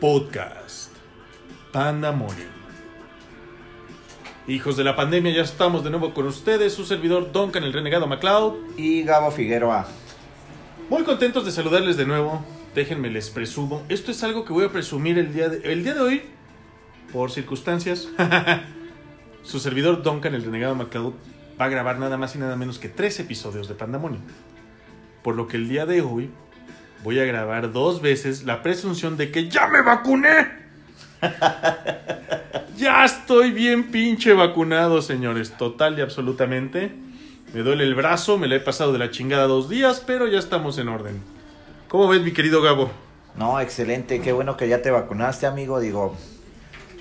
Podcast. Pandamonium. Hijos de la pandemia, ya estamos de nuevo con ustedes. Su servidor Duncan, el renegado MacLeod. Y Gabo Figueroa. Muy contentos de saludarles de nuevo. Déjenme les presumo. Esto es algo que voy a presumir el día de, el día de hoy. Por circunstancias. Su servidor Duncan, el renegado MacLeod, va a grabar nada más y nada menos que tres episodios de Pandamonium. Por lo que el día de hoy voy a grabar dos veces la presunción de que ya me vacuné. ya estoy bien pinche vacunado, señores, total y absolutamente. Me duele el brazo, me la he pasado de la chingada dos días, pero ya estamos en orden. ¿Cómo ves, mi querido Gabo? No, excelente, qué bueno que ya te vacunaste, amigo. Digo,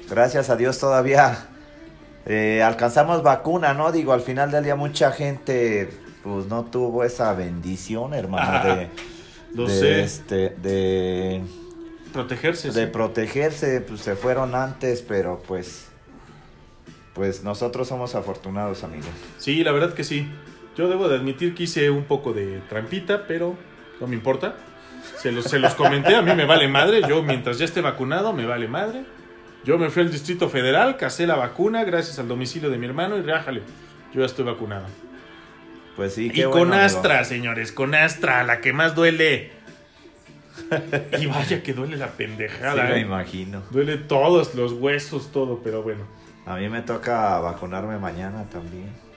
gracias a Dios todavía eh, alcanzamos vacuna, ¿no? Digo, al final del día mucha gente pues no tuvo esa bendición, hermano, de, Lo de, sé. este, de, Protegerse. de sí. protegerse, pues se fueron antes, pero pues, pues nosotros somos afortunados, amigo. Sí, la verdad que sí. Yo debo de admitir que hice un poco de trampita, pero no me importa. Se los, se los comenté, a mí me vale madre. Yo mientras ya esté vacunado, me vale madre. Yo me fui al Distrito Federal, casé la vacuna gracias al domicilio de mi hermano y rájale. Yo ya estoy vacunado. Pues sí, Y, qué con bueno, amigo. Astra, señores, con Astra, la que más duele. y vaya que duele la Sí, pendejada. me eh. imagino. Duele todos los huesos, todo, pero bueno. A mí me toca vacunarme mañana también.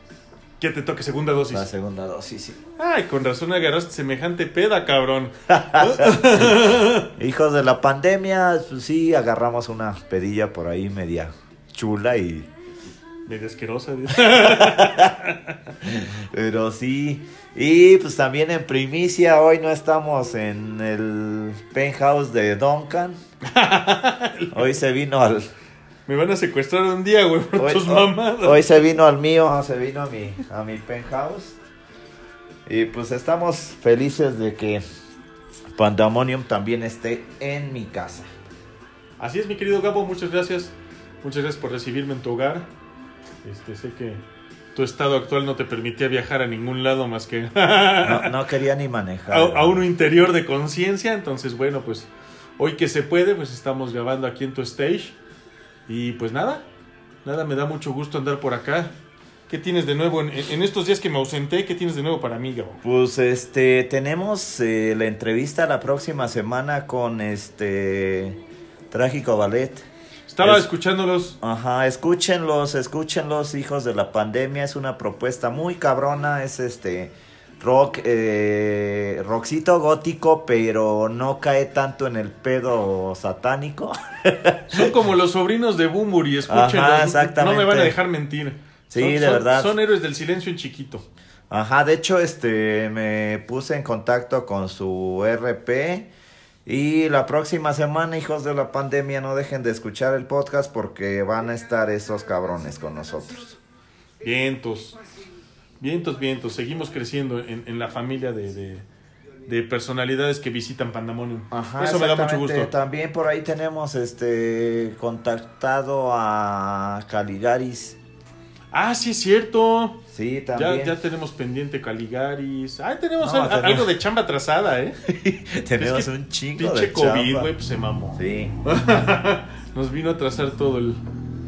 Que te toque segunda dosis. La segunda dosis, sí. Ay, con razón agarraste semejante peda, cabrón. Hijos de la pandemia, pues sí, agarramos una pedilla por ahí media chula y... Medio asquerosa. Dios. Pero sí, y pues también en primicia, hoy no estamos en el penthouse de Duncan. Hoy se vino al... Me van a secuestrar un día, güey, por Hoy, tus hoy- mamadas. hoy se vino al mío, se vino a mi, a mi penthouse. Y pues estamos felices de que Pandemonium también esté en mi casa. Así es, mi querido Gabo, muchas gracias. Muchas gracias por recibirme en tu hogar. Este, sé que tu estado actual no te permitía viajar a ningún lado más que a, No, no quería ni manejar. a uno interior de conciencia. Entonces, bueno, pues hoy que se puede, pues estamos grabando aquí en tu stage. Y pues nada, nada, me da mucho gusto andar por acá. ¿Qué tienes de nuevo en, en estos días que me ausenté? ¿Qué tienes de nuevo para mí, Gabo? Pues este tenemos eh, la entrevista la próxima semana con este Trágico Ballet. Estaba Es- escuchándolos Ajá, escúchenlos, escúchenlos, hijos de la pandemia. Es una propuesta muy cabrona, es este rock, eh, rockcito gótico, pero no cae tanto en el pedo satánico. Son como los sobrinos de Bumburi, escúchenlos. Ajá, no- exactamente. No me van a dejar mentir. Sí, Son- de son- verdad. Son héroes del silencio en chiquito. Ajá, de hecho, este, me puse en contacto con su RP y la próxima semana, hijos de la pandemia, no dejen de escuchar el podcast porque van a estar esos cabrones con nosotros. Vientos. Vientos, vientos. Seguimos creciendo en, en la familia de, de- de personalidades que visitan Pandemonium. Ajá, Eso me da mucho exactamente. gusto. También por ahí tenemos, este, contactado a Caligaris. Ah, sí, es cierto. Sí, Ya, también. ya tenemos pendiente Caligaris. Ah, tenemos No, al- a- tenemos- algo de chamba trazada, ¿eh? tenemos Es que un chingo Pinche de COVID, chamba. güey, pues se mamó. Sí. Nos vino a trazar todo el,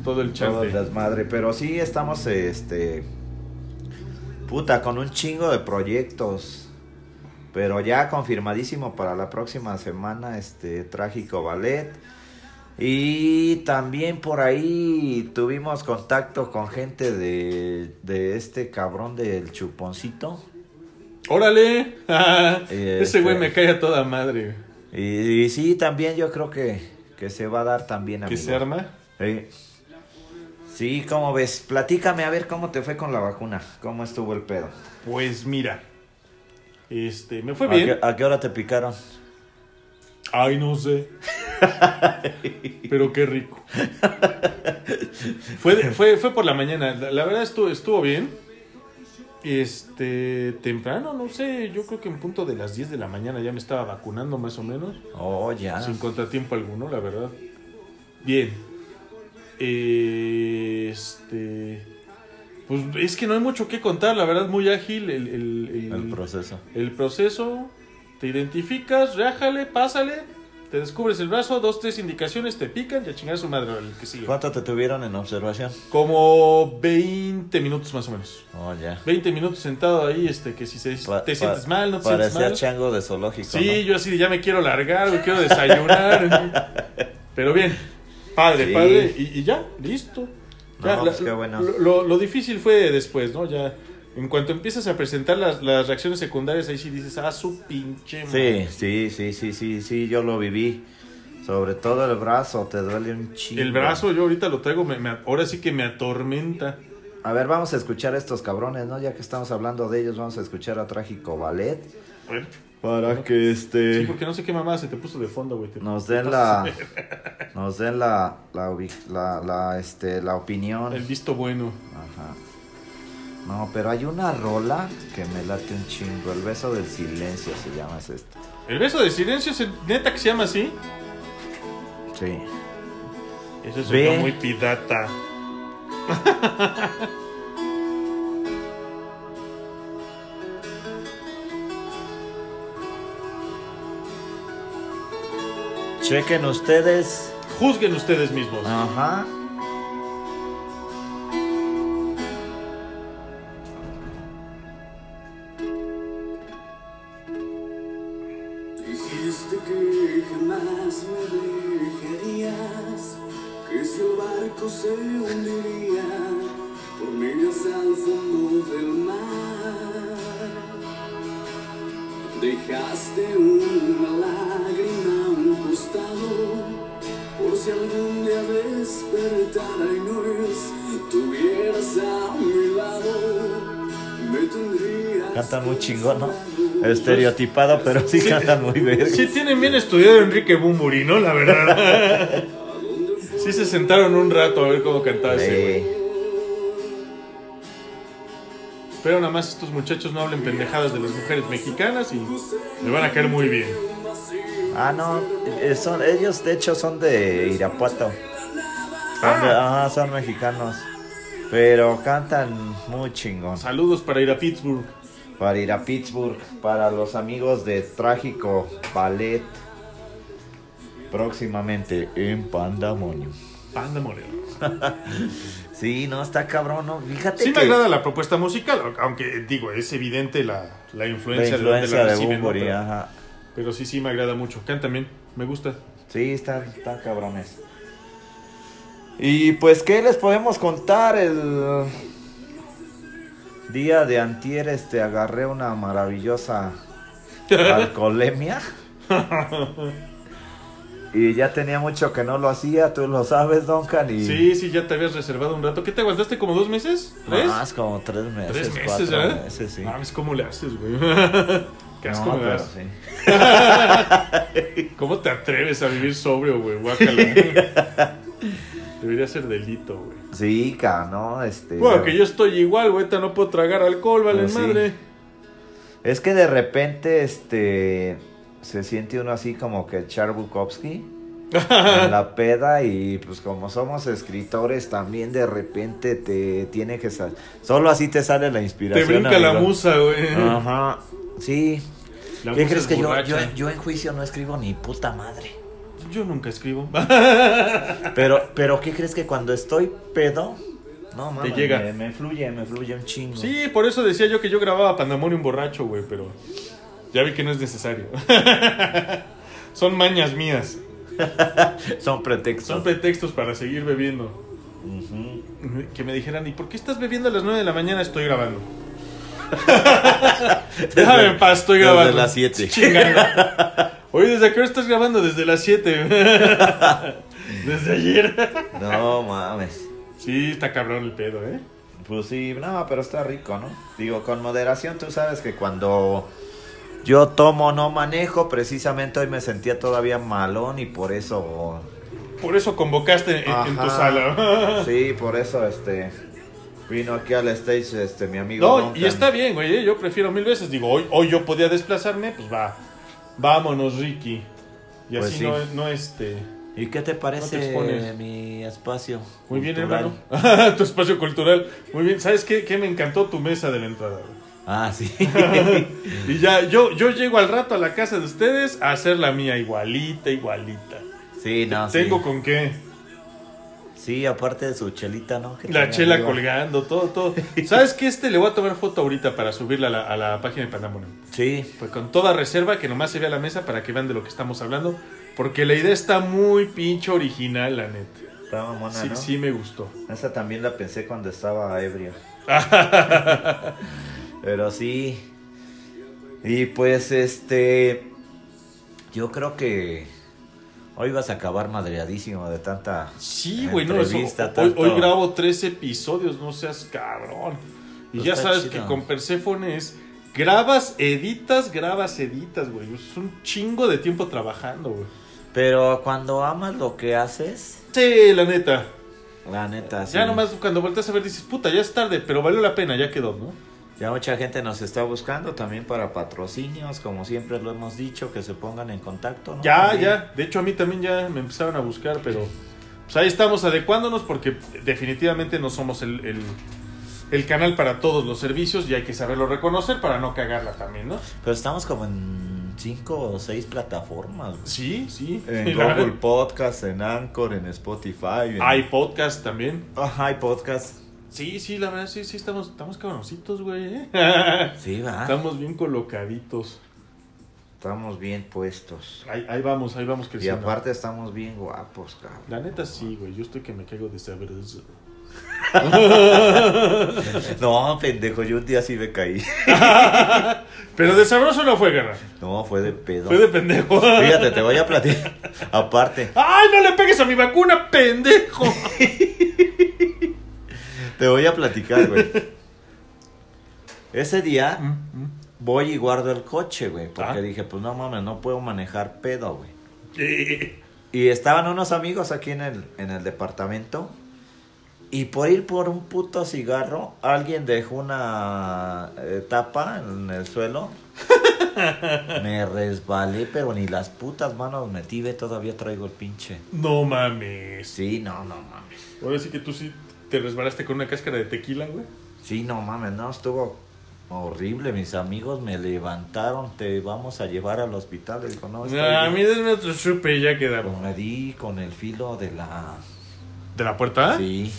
todo el Todo el chante. desmadre, pero sí estamos, este, puta, con un chingo de proyectos, pero ya confirmadísimo para la próxima semana, este, Trágico Ballet, y también por ahí tuvimos contacto con gente de, de este cabrón del chuponcito, ¡Órale! Ese Este- güey me cae a toda madre. güey. y, y sí, también yo creo que, que se va a dar también, que amigo. se arma. Sí. Sí, ¿cómo ves? Platícame a ver cómo te fue con la vacuna, cómo estuvo el pedo. Pues mira, este, me fue ¿A qué, bien. a qué hora te picaron? Ay, no sé. Pero qué rico. Fue, de- fue, fue por la mañana. La, la verdad estuvo, estuvo bien. Este, temprano, no sé. Yo creo que en punto de las 10 de la mañana ya me estaba vacunando más o menos. Oh, ya. Sin contratiempo alguno, la verdad. Bien. Eh, Este. Pues es que no hay mucho que contar, la verdad, muy ágil el, el- el- El proceso. el proceso. Te identificas, réjale, pásale, Te descubres el brazo, dos, tres indicaciones, te pican y a chingar a su madre el que sigue. ¿Cuánto te tuvieron en observación? Como 20 minutos más o menos. Oh, ya. 20 minutos sentado ahí, este, que si se- Pa- te pa- sientes mal, no te sientes Parecía mal. chango de zoológico. Sí, yo así de, ya me quiero largar, me quiero desayunar. Pero bien, padre, Sí. padre, y, y ya, listo. Ya, No, pues qué bueno. lo, lo- lo difícil fue después, ¿no? Ya, en cuanto empiezas a presentar las, las reacciones secundarias, ahí sí dices, ah, su pinche ¿no? madre". Sí, sí, sí, sí, sí, sí, yo lo viví. Sobre todo el brazo, te duele un chingo. El brazo yo ahorita lo traigo, me- me- ahora sí que me atormenta. A ver, vamos a escuchar a estos cabrones, ¿no? Ya que estamos hablando de ellos, vamos a escuchar a Trágico Ballet. Bueno, Para que este. Sí, porque no sé Eh, qué mamá se te puso de fondo, güey. te- nos den la. Nos den la. La, ubic- la, la, este, la opinión. El visto bueno. Ajá. No, pero hay una rola que me late un chingo. El beso del silencio se llama es esto. El beso de silencio, ¿se- neta que se llama así. Sí. Eso es Ve. muy pidata. Chequen ustedes. Juzguen ustedes mismos. Ajá. Dijiste que jamás me dejarías, que si el barco se hundiría por millas al fondo del mar. Dejaste una lágrima a un costado, por si algún día despertara y no estuvieras a mi lado. Me tendrías Cantan muy chingón, ¿no? consolado. Estereotipado, pero sí, cantan muy bien. Sí tienen bien estudiado Enrique Bumburi, ¿no? La verdad. Sí se sentaron un rato a ver cómo cantaba ese güey. Pero nada más estos muchachos no hablen pendejadas de las mujeres mexicanas y le van a caer muy bien. Ah, no. eh, Son, ellos, de hecho, son de Irapuato. Ah, Ah. Son de- ajá, son mexicanos. Pero cantan muy chingón. Saludos para ir a Pittsburgh. Para ir a Pittsburgh, para los amigos de Trágico Ballet. Próximamente en Pandemonium. Panda Moreno. Sí, no, está cabrón, ¿no? Fíjate Sí que me agrada la propuesta musical, aunque digo, es evidente la, la la influencia, influencia de, reciben, ¿no? Bunbury, Pero- ajá. Pero sí, sí me agrada mucho. Cantan bien, me gusta. Sí, están, están cabrones. Y pues, ¿qué les podemos contar? El día de antier, este, agarré una maravillosa alcoholemia. y ya tenía mucho que no lo hacía, tú lo sabes, Duncan. Y Sí, sí, ya te habías reservado un rato. ¿Qué te aguantaste como dos meses? ¿Tres? Más como tres meses. Tres meses, cuatro ¿verdad? meses, sí. Mames, ¿cómo le haces, güey? Qué asco No, me pero das. sí. ¿Cómo te atreves a vivir sobrio, güey? Guácala. Debería ser delito, güey. Sí, ca, ¿no? Este, Bueno, que yo estoy igual, güey. ahorita No puedo tragar alcohol, vale Pues sí. madre. Es que de repente, este, se siente uno así como que Char Bukowski en la peda y pues como somos escritores también de repente te tiene que salir, solo así te sale la Te inspiración. brinca la ¿eh? amigo. musa, güey. Ajá, sí. La ¿Qué musa crees es que yo, yo, borracha. yo en juicio no escribo ni puta madre? Yo nunca escribo. Pero, pero ¿qué crees que cuando estoy pedo? No, mames, llega. Me, me fluye, me fluye un chingo. sí, por eso decía yo que yo grababa Pandemonium borracho, güey, pero ya vi que no es necesario. Son mañas mías. Son pretextos. Son pretextos para seguir bebiendo. Ujú. que me dijeran, ¿y por qué estás bebiendo a las 9 de la mañana? Estoy grabando. Déjame en paz, estoy Desde grabando. las 7. Chingada. Oye, ¿desde qué hora estás grabando? Desde las 7. Desde ayer. No mames. Sí, está cabrón el pedo, ¿eh? Pues sí, no, pero está rico, ¿no? Digo, con moderación, tú sabes que cuando yo tomo no manejo, precisamente hoy me sentía todavía malón y por eso... Por eso convocaste en, en tu Ajá. sala. Sí, por eso, este, vino aquí al stage, este, mi amigo. No, Duncan. y está bien, güey. ¿eh? Yo prefiero mil veces. Digo, hoy, hoy yo podía desplazarme, pues va. Vámonos, Ricky. Y Pues así sí. no, no este. ¿Y qué te No te parece expones. mi espacio? Muy bien, cultural? hermano. tu espacio cultural. Muy bien. ¿Sabes qué, qué me encantó tu mesa de la entrada? güey. Ah, sí. Y ya, yo, yo llego al rato a la casa de ustedes a hacer la mía igualita, igualita. sí, no, Ah, sí. Tengo con qué. Sí, aparte de su chelita, ¿no? Que La tenía chela arriba. colgando, todo, todo. ¿Sabes qué? Este le voy a tomar foto ahorita para subirla a la, a la página de Pandamonium. Sí, Pues con toda reserva, que nomás se vea la mesa para que vean de lo que estamos hablando. Porque la idea está muy pinche original, la neta. está mamona, Sí, Ah, ¿no? sí me gustó. Esa también la pensé cuando estaba ebrio. Pero sí. Y pues este. Yo creo que. Hoy vas a acabar madreadísimo de tanta. Sí, güey, no, eso- Entrevista, hoy, tanto. hoy grabo tres episodios, no seas cabrón. Y Pues ya está sabes chido. que con Persephone es grabas, editas, grabas, editas, güey. Es un chingo de tiempo trabajando, güey. Pero cuando amas lo que haces. Sí, la neta. La neta, sí. Ya nomás cuando volteas a ver dices, puta, ya es tarde, pero valió la pena, ya quedó, ¿no? Ya mucha gente nos está buscando también para patrocinios, como siempre lo hemos dicho, que se pongan en contacto. ¿no? Ya, También. ya. De hecho, a mí también ya me empezaron a buscar, pero pues ahí estamos adecuándonos porque definitivamente no somos el, el- el canal para todos los servicios y hay que saberlo reconocer para no cagarla también, ¿no? Pero estamos como en cinco o seis plataformas. güey. Sí, sí. En La- Google Podcast, en Anchor, en Spotify. En... Hay podcast también. Ajá, hay podcast. Sí, sí, la verdad, sí, sí, estamos, estamos cabroncitos, güey. ¿eh? Sí, va. estamos bien colocaditos. Estamos bien puestos. Ahí, ahí vamos, ahí vamos Y creciendo. aparte estamos bien guapos, cabrón. La neta sí, güey. Yo estoy que me caigo de saber eso. No, pendejo, yo un día sí me caí. Pero de sabroso no fue, guerra. No, fue de pedo. Fue de pendejo. Fíjate, te voy a platicar. Aparte, ¡Ay, no le pegues a mi vacuna, pendejo! te voy a platicar, güey. Ese día voy y guardo el coche, güey. Porque Ah. dije, pues no mames, no puedo manejar pedo, güey. Eh, Y estaban unos amigos aquí en el, en el departamento. Y por ir por un puto cigarro, alguien dejó una eh, tapa en el suelo. Me resbalé, pero ni las putas manos metí, ve, todavía traigo el pinche. No mames. Sí, no, no mames. Ahora sí que tú sí te resbalaste con una cáscara de tequila, güey. Sí, no mames, no, estuvo horrible. Mis amigos me levantaron, te vamos a llevar al hospital. Le digo, no, estoy Ah, a bien". mí denme otro chupe y ya Pero quedaron. Me di con el filo de la... ¿De la puerta? Sí.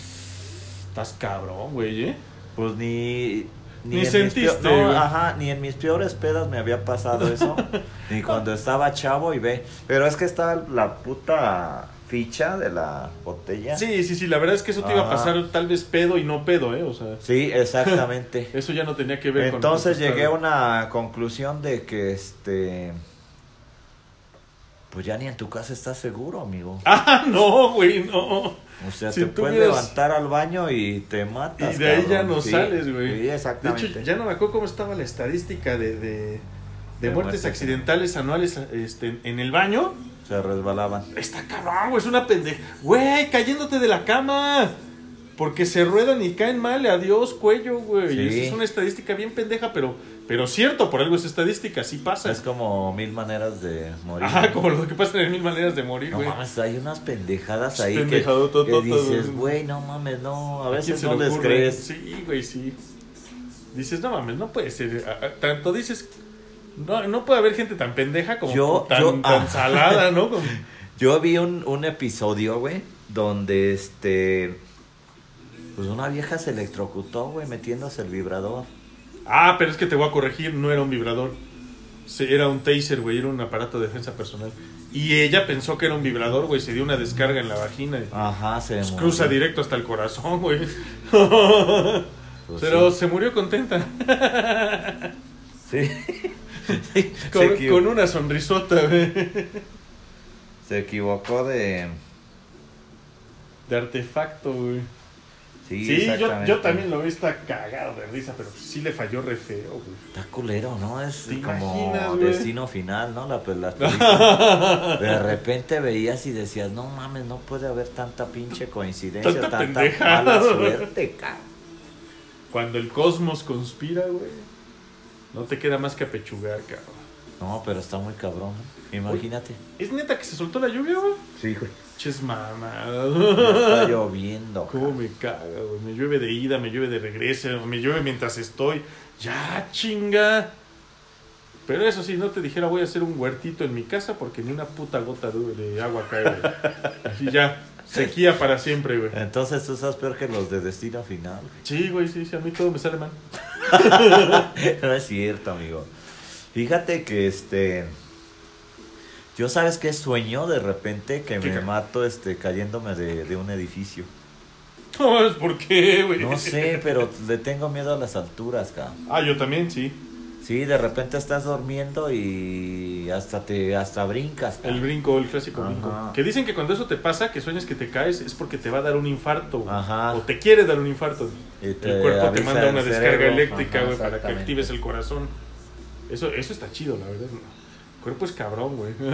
Estás cabrón, güey, ¿eh? Pues ni. Ni en mis sentiste, peo- no, güey. ajá, ni en mis peores pedas me había pasado eso. ni cuando estaba chavo y ve. Pero es que está la puta ficha de la botella. Sí, sí, sí, la verdad es que eso te iba a Ah. pasar tal vez pedo y no pedo, ¿eh? O sea, Sí, exactamente. eso ya no tenía que ver con... Entonces llegué a una... una conclusión de que este. Pues ya ni en tu casa estás seguro, amigo. Ah, no, güey, no. O sea, si te tú puedes hubieras- levantar al baño y te matas. Y de ahí ya cabrón. no Sí, sales, güey. Sí, De hecho, exactamente. ya no me acuerdo cómo estaba la estadística de, de, de De muertes muertes. accidentales anuales este, en- en el baño. Se resbalaban. Está cabrón, güey, es una pendeja. Güey, cayéndote de la cama. Porque se ruedan y caen mal. Adiós, cuello, güey. Sí. Y esa es una estadística bien pendeja, pero, pero cierto, por algo es estadística, sí pasa. Es como mil maneras de morir. Ajá, como lo que pasa en mil maneras de morir, No güey. mames, hay unas pendejadas ahí que, que Pendejadotototas. dices, güey, no mames, no, a ¿A quién veces se no le les ocurre? crees. Sí, güey, sí. Dices, no mames, no puede ser. ah, ah, Tanto dices. No, no puede haber gente tan pendeja como Yo- tan, yo- tan ah. salada, ¿no? Como- Yo vi un, un episodio, güey, donde este... Pues una vieja se electrocutó, güey, metiéndose el vibrador. Ah, pero es que te voy a corregir, no era un vibrador. Se- Era un taser, güey, era un aparato de defensa personal. Y ella pensó que era un vibrador, güey, se dio una descarga en la vagina. y- Ajá, se pues, murió. cruza directo hasta el corazón, güey. Pues Pero sí. se murió contenta, Sí. Se con, equivo- con una sonrisota, güey. Se equivocó de... De artefacto, güey. Sí, Sí, yo, exactamente. yo también lo vi, está cagado de risa, pero sí le falló re feo, güey. Está culero, ¿no? Es ¿Te como imaginas, güey? destino final, ¿no? La, pues, las películas. De repente veías y decías, no mames, no puede haber tanta pinche coincidencia, Tanta tanta, pendejada, mala güey. suerte, cabrón. Cuando el cosmos conspira, güey, no te queda más que apechugar, cabrón. No, pero está muy cabrón. ¿no? Imagínate. ¿Es neta que se soltó la lluvia, güey? Sí, güey. Ches Ya mamadas. Está lloviendo. ¿Cómo ja. me caga, güey? Me llueve de ida, me llueve de regreso, me llueve mientras estoy. Ya, chinga. Pero eso sí, no te dijera voy a hacer un huertito en mi casa porque ni una puta gota de, de agua cae, güey. Así ya, sequía para siempre, güey. Entonces tú estás peor que los de destino final. Sí, güey, sí, sí, a mí todo me sale mal. No es cierto, amigo. Fíjate que este. Yo sabes que sueño de repente que ¿Qué me ca- mato este cayéndome de, de un edificio. No, ¿por qué, güey? No sé, pero le tengo miedo a las alturas, cabrón. Ah, yo también, sí. Sí, de repente estás durmiendo y hasta te hasta brincas. El cabrón. brinco, el clásico Ajá. brinco. Que dicen que cuando eso te pasa, que sueñas que te caes, es porque te va a dar un infarto. güey. Ajá. O te quiere dar un infarto. Y el cuerpo te Eh, avisa manda el una descarga cerebro. eléctrica, Ajá, güey, para que exactamente. actives el corazón. Eso, eso está chido, la verdad. El cuerpo es cabrón, güey. Pero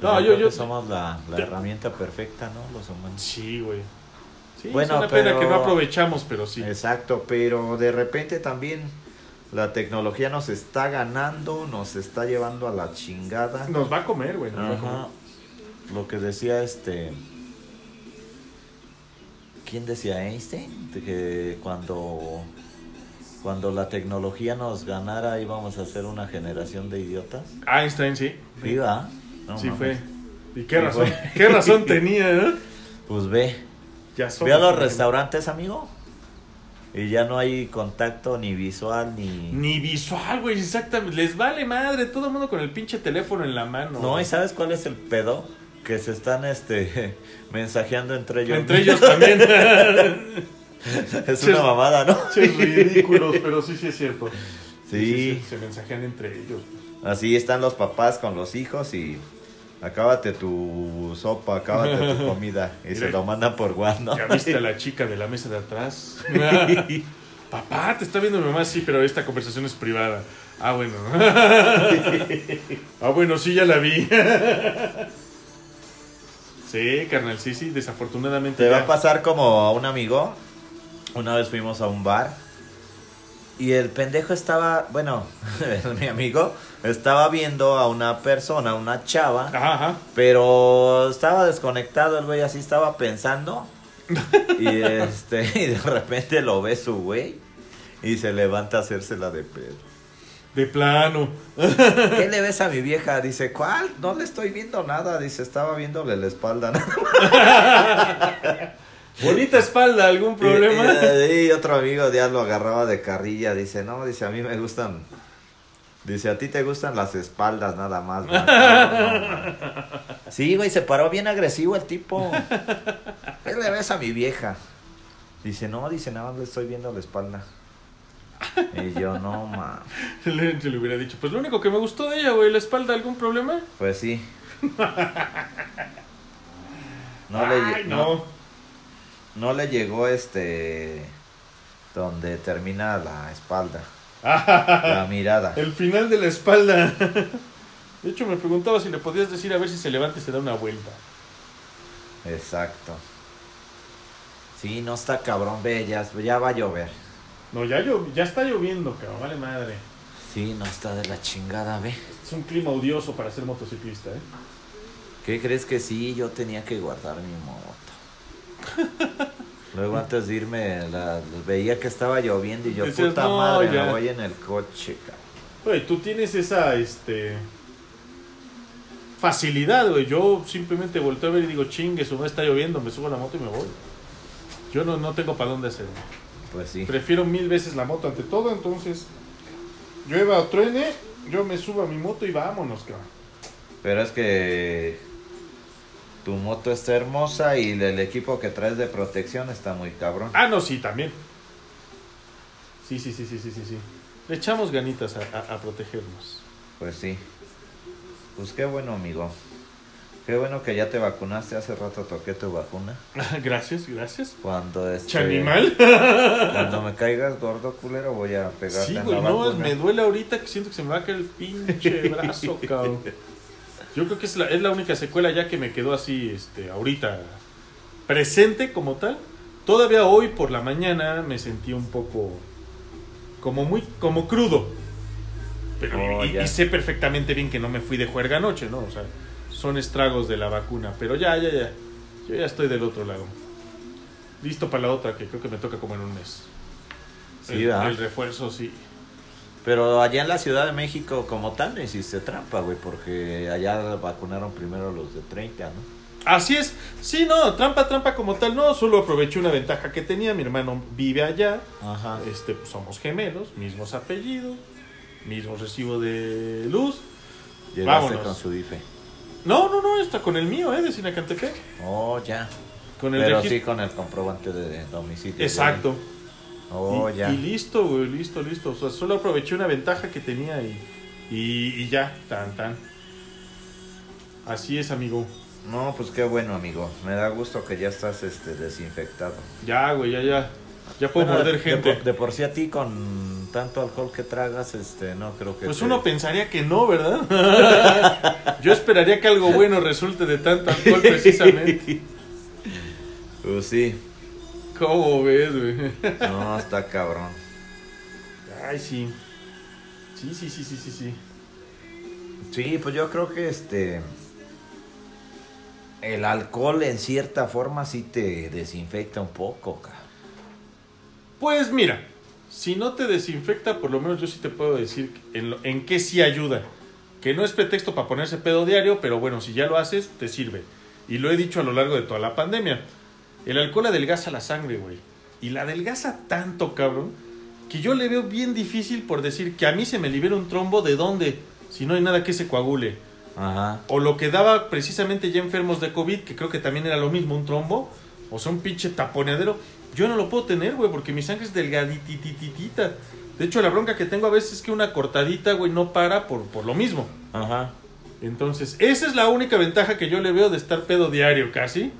no, creo yo, que yo. Somos la, la te- herramienta perfecta, ¿no? Los humanos. Sí, güey. Sí, Bueno, es una pena pero- que no aprovechamos, pero sí. Exacto, pero de repente también la tecnología nos está ganando, nos está llevando a la chingada. Nos va a comer, güey. nos va a Ajá. comer. Lo que decía este. ¿Quién decía Einstein? De que cuando. Cuando la tecnología nos ganara íbamos a ser una generación de idiotas. Einstein, sí. Viva. No sí, mames. fue. ¿Y qué Sí, razón? fue. ¿Qué razón tenía, eh? Pues ve. Ya Ve a los güey. restaurantes, amigo. Y ya no hay contacto ni visual ni. Ni visual, güey, exactamente. Les vale madre, todo el mundo con el pinche teléfono en la mano. No, güey. ¿y sabes cuál es el pedo? Que se están este mensajeando entre ellos. Entre ellos también. es una mamada, ¿no? Pinches ridículos, pero sí, sí es cierto. Sí. Se mensajean entre ellos. Así están los papás con los hijos y acábate tu sopa, acábate tu comida. Y Mira. se lo mandan por guano. ¿Ya viste a la chica de la mesa de atrás? Papá, te está viendo mi mamá, sí, pero esta conversación es privada. Ah, bueno. ah, bueno, sí, ya la vi. sí, carnal, sí, sí, desafortunadamente. Te va ya. a pasar como a un amigo. Una vez fuimos a un bar. Y el pendejo estaba, bueno, mi amigo estaba viendo a una persona, una chava. Ajá, ajá. Pero estaba desconectado el güey, así estaba pensando. Y este, y de repente lo ve su güey. Y se levanta a hacérsela de pedo. De plano. ¿Qué le ves a mi vieja? Dice, ¿cuál? No le estoy viendo nada. Dice, estaba viéndole la espalda. Bonita espalda, Eh, ¿algún problema? Y, y- y otro amigo ya lo agarraba de carrilla. Dice, no, dice, a mí me gustan. Dice, a ti te gustan las espaldas nada más. man". No, no, man. sí, güey, se paró bien agresivo el tipo. ¿Qué le ves a mi vieja? Dice, no, dice, nada más le estoy viendo la espalda. Y yo, no, ma. Le, yo le hubiera dicho, pues lo único que me gustó de ella, güey, la espalda, ¿algún problema? Pues sí. No le, Ay, lle- no. No le llegó este donde termina la espalda, la mirada. El final de la espalda. De hecho, me preguntaba si le podías decir a ver si se levanta y se da una vuelta. Exacto. Sí, no está cabrón, ve, ya, ya va a llover. No, ya, llo- ya está lloviendo, cabrón, vale madre. Sí, no está de la chingada, ve. Es un clima odioso para ser motociclista, ¿eh? ¿Qué crees que sí? Yo tenía que guardar mi moto. Luego antes de irme la- veía que estaba lloviendo y yo, Decías, puta "No, madre, ya". me voy en el coche, cabrón. Güey, tú tienes esa, este... Facilidad, güey. Yo simplemente volteo a ver y digo, chingue, su madre está lloviendo, me subo a la moto y me voy. Yo no, no tengo para dónde hacerlo. Pues sí. Prefiero mil veces la moto ante todo, entonces... Llueva o truene, yo me subo a mi moto y vámonos, cabrón. Pero es que tu moto está hermosa y el equipo que traes de protección está muy cabrón. Ah, no, sí, también. Sí, sí, sí, sí, sí, sí. sí. Le echamos ganitas a, a- a protegernos. Pues sí. Pues qué bueno, amigo. Qué bueno que ya te vacunaste. Hace rato toqué tu vacuna. gracias, gracias. Cuando este, Chanimal. Cuando me caigas gordo culero voy a pegarte Sí, en güey, la no, vacuna. me duele ahorita que siento que se me va a caer el pinche brazo, cabrón. Yo creo que es la, es la única secuela ya que me quedó así, este, ahorita presente como tal. Todavía hoy por la mañana me sentí un poco como muy, como crudo. Pero Oh, y, y ya. sé perfectamente bien que no me fui de juerga anoche, ¿no? O sea, son estragos de la vacuna. Pero ya, ya, ya. Yo ya estoy del otro lado. Listo para la otra, que creo que me toca como en un mes. Sí, el, ¿verdad? el refuerzo, sí. Pero allá en la Ciudad de México como tal no hiciste trampa, güey, porque allá vacunaron primero los de 30, ¿no? Así es. Sí, no, trampa, trampa como tal. No, solo aproveché una ventaja que tenía. Mi hermano vive allá. Ajá. Este, pues, somos gemelos, mismos apellidos, mismo recibo de luz. Llegaste vámonos. con su dife. No, no, no, está con el mío, ¿eh? De Sinacantepec. Oh, ya. Con el Pero registro. sí con el comprobante de domicilio. güey. Exacto. Oh, y, ya. y listo, güey, listo, listo. O sea, solo aproveché una ventaja que tenía y, y, y ya, tan, tan. Así es, amigo. No, pues qué bueno, amigo. Me da gusto que ya estás este, desinfectado. Ya, güey, ya, ya. Ya puedo Bueno, morder de- gente. De por, de por sí a ti con tanto alcohol que tragas, este, no creo que pues te- uno pensaría que no, ¿verdad? Yo esperaría que algo bueno resulte de tanto alcohol, precisamente. Pues sí. ¿Cómo ves, güey? No, está cabrón. Ay, sí. Sí, sí, sí, sí, sí, sí. Sí, pues yo creo que este el alcohol en cierta forma sí te desinfecta un poco, cabrón. Pues mira, si no te desinfecta, por lo menos yo sí te puedo decir en, lo- en qué sí ayuda. Que no es pretexto para ponerse pedo diario, pero bueno, si ya lo haces, te sirve. Y lo he dicho a lo largo de toda la pandemia. El alcohol adelgaza la sangre, güey. Y la adelgaza tanto, cabrón, que yo le veo bien difícil por decir que a mí se me libera un trombo de dónde, si no hay nada que se coagule. Ajá. O lo que daba precisamente ya enfermos de COVID, que creo que también era lo mismo, un trombo, o sea, un pinche taponeadero. Yo no lo puedo tener, güey, porque mi sangre es delgaditititita. De hecho, la bronca que tengo a veces es que una cortadita, güey, no para por, por lo mismo. Ajá. Entonces, esa es la única ventaja que yo le veo de estar pedo diario casi.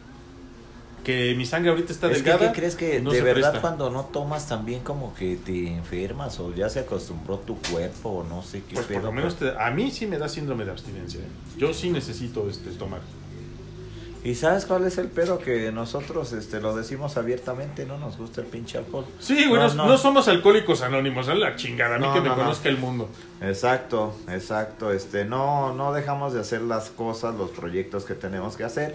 Que mi sangre ahorita está Es que, delgada. ¿qué crees que no de se verdad presta. cuando no tomas también como que te enfermas o ya se acostumbró tu cuerpo o no sé qué Pues por pedo, lo menos pero- te- a mí sí me da síndrome de abstinencia. ¿eh? Yo sí necesito este, tomar. pues, ¿Y sabes cuál es el pedo que nosotros este lo decimos abiertamente, no nos gusta el pinche alcohol? Sí, güey, No, no, no. no somos alcohólicos anónimos, a la chingada, a mí No, que me no, no. conozca el mundo. Exacto, exacto. Este, no, no dejamos de hacer las cosas, los proyectos que tenemos que hacer.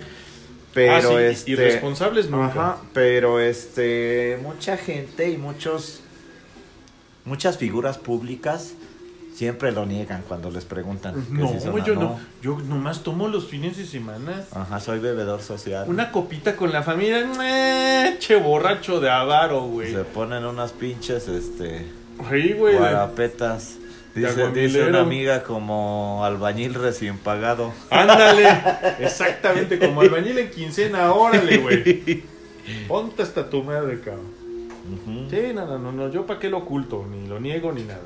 Pero Ah, sí, este. irresponsables nunca. Ajá, pero este. Mucha gente y muchos. Muchas figuras públicas siempre lo niegan cuando les preguntan. que No, si son yo o no. Yo nomás tomo los fines de semana. Ajá, soy bebedor social. Una copita con la familia. ¡mue! Che borracho de avaro, güey. Se ponen unas pinches, este. Sí, güey. guarapetas. de Dice, dice aguamilero. una amiga como albañil recién pagado. Ándale. Exactamente, como albañil en quincena. Órale, güey. Ponte hasta tu madre, cabrón. Ujú. Sí, no, no, no, no. Yo para qué lo oculto, ni lo niego, ni nada.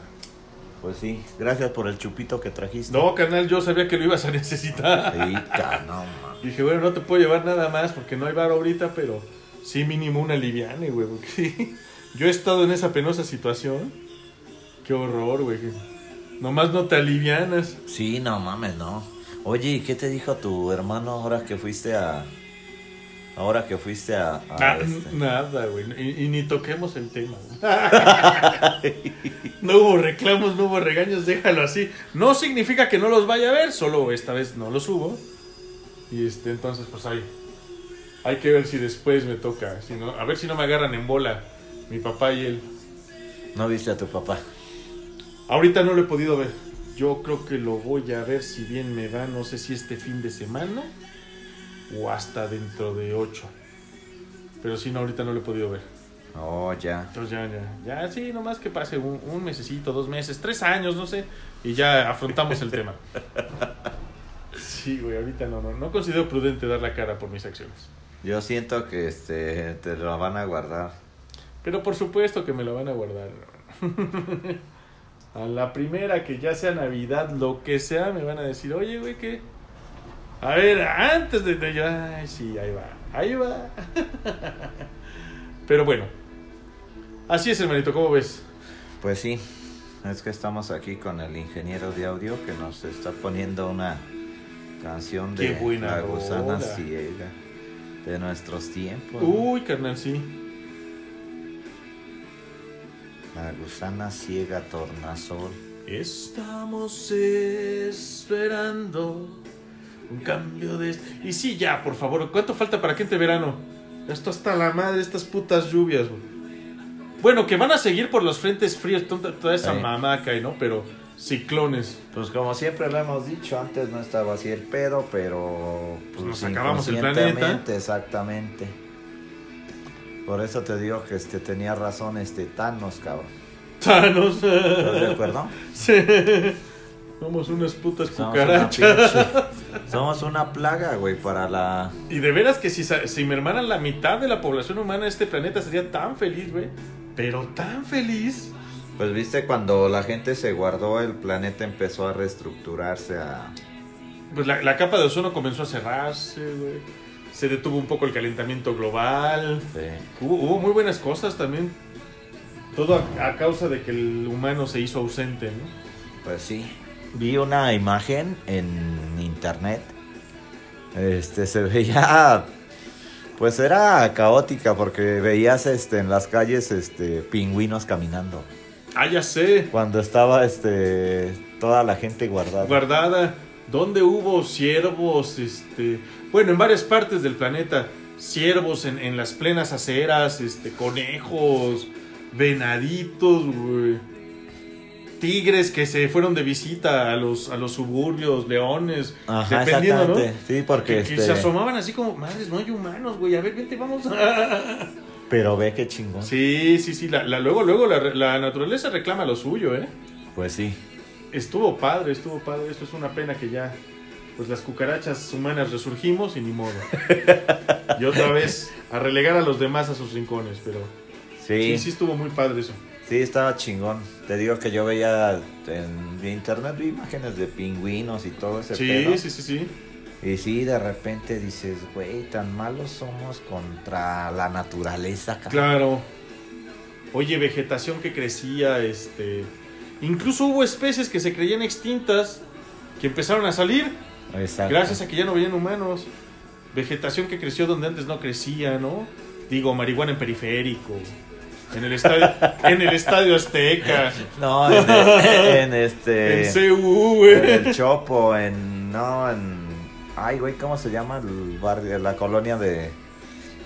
Pues sí, gracias por el chupito que trajiste. No, canal, yo sabía que lo ibas a necesitar. Rica, no, man. Dije, bueno, no te puedo llevar nada más porque no hay bar ahorita, pero sí mínimo una liviane, güey. porque sí. Yo he estado en esa penosa situación. Qué horror, güey. que Nomás no te alivianas. Sí, no mames, no. Oye, ¿y qué te dijo tu hermano ahora que fuiste a. Ahora que fuiste a. a Ah, este? Nada, güey. Y, y ni toquemos el tema, güey. No hubo reclamos, no hubo regaños, déjalo así. No significa que no los vaya a ver, solo esta vez no los hubo. Y este, entonces, pues hay, hay que ver si después me toca. Si no, a ver si no me agarran en bola mi papá y él. No viste a tu papá. Ahorita no lo he podido ver. Yo creo que lo voy a ver si bien me va, no sé si este fin de semana o hasta dentro de ocho. Pero si no, ahorita no lo he podido ver. Oh, ya. Entonces ya, ya, ya, sí, nomás que pase un, un mesecito, dos meses, tres años, no sé, y ya afrontamos el tema. Sí, güey, ahorita no, no, no considero prudente dar la cara por mis acciones. Yo siento que este te lo van a guardar. Pero por supuesto que me lo van a guardar. a la primera que ya sea Navidad, lo que sea, me van a decir, oye, güey, que... A ver, antes de... de- Ay, sí, ahí va, ahí va. Pero bueno. Así es, hermanito, ¿cómo ves? Pues sí, es que estamos aquí con el ingeniero de audio que nos está poniendo una canción de Qué buena La gusana rola. Uh. ciega de nuestros tiempos. ¿no? Uy, carnal, sí. La gusana ciega tornasol. Estamos esperando Un cambio de... Y sí, ya, por favor, ¿cuánto falta para que entre verano? Esto hasta la madre, estas putas lluvias, güey. Bueno, que van a seguir por los frentes fríos, tonta- toda esa Sí. mamaca y no, pero ciclones. Pues como siempre lo hemos dicho, antes no estaba así el pedo, pero Pues nos acabamos el planeta. inconscientemente, Exactamente. Por eso te digo que este tenía razón este Thanos, cabrón. Thanos. ¿Estás de acuerdo? Ah, Sí. Somos unas putas Somos una, cucarachas. pinche- somos una plaga, güey, para la Y de veras que si, sa- si mermaran la mitad de la población humana de este planeta sería tan feliz, güey. Pero tan feliz. Pues viste cuando la gente se guardó, el planeta empezó a reestructurarse a Pues la, la capa de ozono comenzó a cerrarse, güey. Se detuvo un poco el calentamiento global. Hubo, hubo muy buenas cosas también. Todo a, a causa de que el humano se hizo ausente, ¿no? Pues sí. Vi una imagen en internet. Este se veía pues era caótica porque veías este en las calles este pingüinos caminando. Ah, ya sé. Cuando estaba este toda la gente guardada. guardada, donde hubo ciervos, este, bueno, en varias partes del planeta, ciervos en, en las plenas aceras, este, conejos, venaditos, güey, tigres que se fueron de visita a los, a los suburbios, leones, Ajá, dependiendo, ¿no? exactamente. Sí, Que, porque que este, se asomaban así como, madres, no hay humanos, güey, a ver, vente, vamos. a-". pero ve qué chingón. sí, sí, sí, la, la- luego, luego la, re- la naturaleza reclama lo suyo, ¿eh? Pues sí. Estuvo padre, estuvo padre. Esto es una pena que ya, pues las cucarachas humanas resurgimos y ni modo. y otra vez a relegar a los demás a sus rincones, pero sí, Sí. sí estuvo muy padre eso. Sí, estaba chingón. Te digo que yo veía en internet vi imágenes de pingüinos y todo ese Sí, pedo. sí, sí, sí. Y sí, de repente dices, güey, tan malos somos contra la naturaleza. cabrón". Claro. Oye, vegetación que crecía, este. Incluso hubo especies que se creían extintas que empezaron a salir Exacto. gracias a que ya no veían humanos. Vegetación que creció donde antes no crecía, ¿no? Digo, marihuana en periférico. En el estadio, en el estadio Azteca. No, en, e- en este... En CU, en güey. el Chopo, en... No, en... Ay, güey, ¿cómo se llama el barrio, la colonia de,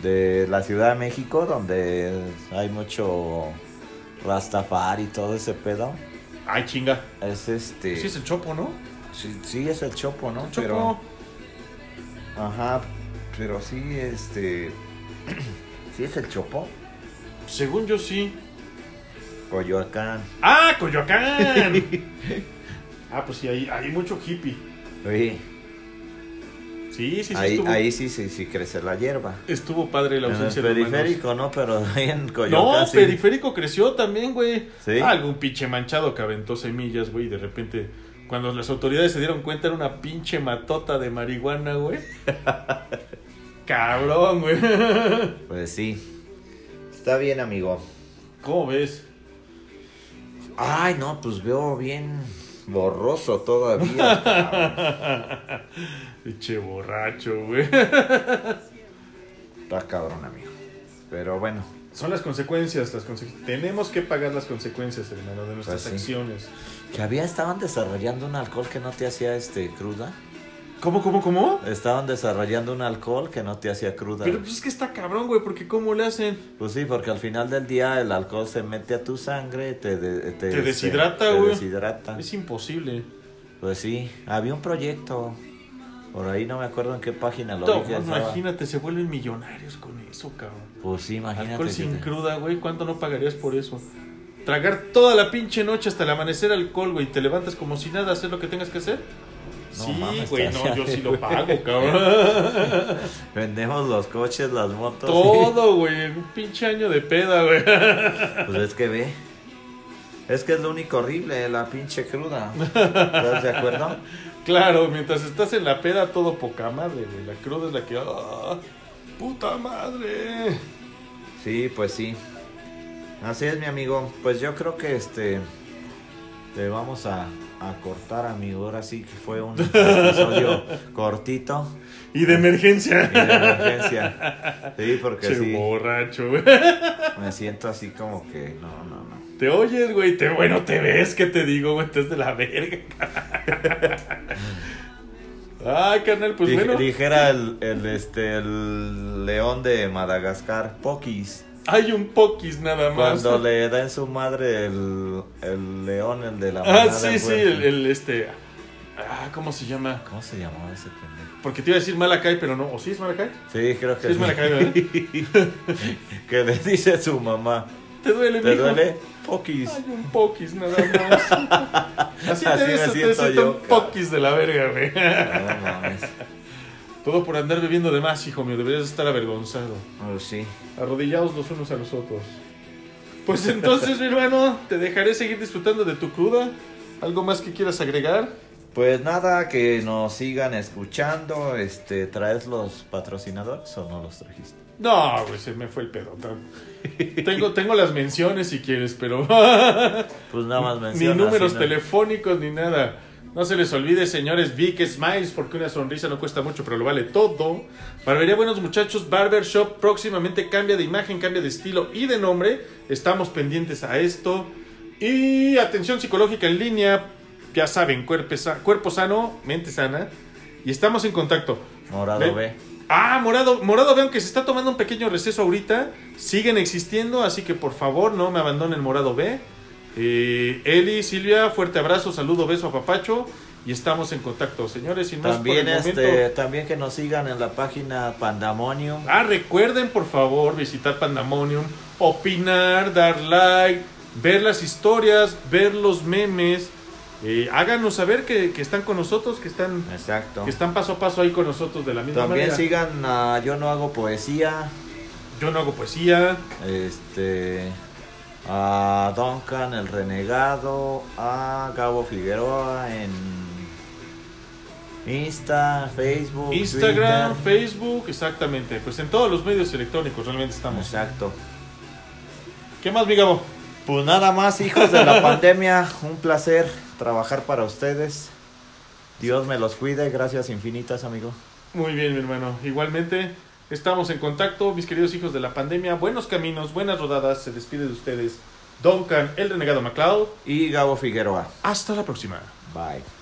de la Ciudad de México? Donde hay mucho rastafari y todo ese pedo. Ay, chinga. Es este... Sí, es el chopo, ¿no? Sí, sí, es el Chopo, ¿no? El chopo. Pero- ajá, pero sí, este... ¿Sí es el Chopo? Según yo sí. Coyoacán. ¡Ah, Coyoacán! ah, pues sí, hay, hay mucho hippie. Sí, Sí, sí, sí. ahí, estuvo, ahí sí, sí, sí crece la hierba. estuvo padre la en el ausencia de humanos. periférico, ¿no? Pero ahí en Coyoacán. No, sí. periférico creció también, güey. Sí. Ah, algún pinche manchado que aventó semillas, güey, y de repente, cuando las autoridades se dieron cuenta, era una pinche matota de marihuana, güey. Cabrón, güey. Pues sí. Está bien, amigo. ¿Cómo ves? Ay, no, pues veo bien borroso todavía. cabrón. Pinche borracho, güey. Está cabrón, amigo. Pero bueno, Son las consecuencias, las conse- Tenemos que pagar las consecuencias, hermano, de nuestras Pues sí. acciones. que había, estaban desarrollando un alcohol que no te hacía este cruda. ¿Cómo, cómo, cómo? Estaban desarrollando un alcohol que no te hacía cruda. Pero pues es que está cabrón, güey, porque ¿cómo le hacen? Pues sí, porque al final del día el alcohol se mete a tu sangre, te, de- te, Te deshidrata, te güey. deshidrata. Es imposible. Pues sí, había un proyecto. Por ahí no me acuerdo en qué página lo No, vi. que estaba. imagínate, se vuelven millonarios con eso, cabrón. Pues sí, imagínate. Alcohol que sin te- cruda, güey. ¿Cuánto no pagarías por eso? Tragar toda la pinche noche hasta el amanecer alcohol, güey. y Te levantas como si nada, hacer lo que tengas que hacer. No sí, mames, güey, te no, yo hace- sí lo pago, cabrón. Vendemos los coches, las motos. Todo, güey. Un pinche año de peda, güey. Pues es que ve. Es que es lo único horrible, la pinche cruda. ¿Estás de acuerdo? Claro, mientras estás en la peda, todo poca madre, güey. La cruda es la que. ¡Ah! ¡Puta madre! Sí, pues sí. Así es, mi amigo. Pues yo creo que este. Le vamos a, a cortar, amigo. Ahora sí que fue un episodio cortito Y de y emergencia. de emergencia. Sí, porque Che, sí. borracho, güey. Me siento así como que. No, no, no. Te oyes, güey, te bueno, te ves, ¿qué te digo, güey? Estás de la verga. Ay, carnal, pues Dij- bueno. Dijera el, el, este, el león de Madagascar, Pokis. Hay un poquis nada más. Cuando le da en su madre el, el león, el de la Ah, manada, sí, sí, güey. el, el, este. Ah, ¿cómo se llama? ¿Cómo se llamaba ese pendejo? Porque te iba a decir Malakai, pero no. ¿O sí es Malakai? Sí, creo Sí que es Malakai, ¿verdad? Que le dice a su mamá, ¿Te duele, ¿te mijo? duele? Pokis. Hay un poquis nada más. Así te Así me ves, te siento siento yo, un cara. poquis de la verga, güey. No mames. Todo por andar bebiendo de más, hijo mío. Deberías estar avergonzado. Pues sí. Arrodillados los unos a los otros. Pues entonces, mi hermano, te dejaré seguir disfrutando de tu cruda. ¿Algo más que quieras agregar? Pues nada, que nos sigan escuchando. Este, ¿traes los patrocinadores o no los trajiste? No, güey, se me fue el pedo. tan- Tengo, tengo las menciones si quieres, pero Pues nada más ni menciona. números si no- telefónicos ni nada. No se les olvide, señores, Vic Smiles, porque una sonrisa no cuesta mucho, pero lo vale todo. Barbería Buenos Muchachos, Barbershop, próximamente cambia de imagen, cambia de estilo y de nombre. Estamos pendientes a esto. Y atención psicológica en línea, ya saben, cuerpo, sa- cuerpo sano, mente sana. Y estamos en contacto. Morado B. Ah, Morado, Morado, vean que se está tomando un pequeño receso ahorita. Siguen existiendo, así que por favor no me abandonen Morado B. Eh, Eli, Silvia, fuerte abrazo, saludo, beso a Papacho. Y estamos en contacto, señores. Sin más También, por el este, momento. también que nos sigan en la página Pandamonium. Ah, recuerden por favor visitar Pandamonium, opinar, dar like, ver las historias, ver los memes. Eh, háganos saber que, que están con nosotros, que están, Exacto. que están paso a paso ahí con nosotros de la misma También manera. sigan a Yo No Hago Poesía. Yo no hago poesía. Este. A Duncan el Renegado. A Gabo Figueroa en Insta, Facebook. Instagram, Twitter. Facebook, exactamente. Pues en todos los medios electrónicos realmente estamos. Exacto. ¿Qué más, mi Gabo? Pues nada más, hijos de la pandemia, un placer trabajar para ustedes. Dios me los cuide, gracias infinitas, amigo. Muy bien, mi hermano. Igualmente, estamos en contacto, mis queridos hijos de la pandemia. Buenos caminos, buenas rodadas. Se despide de ustedes Duncan, el renegado MacLeod. Y Gabo Figueroa. Hasta la próxima. Bye.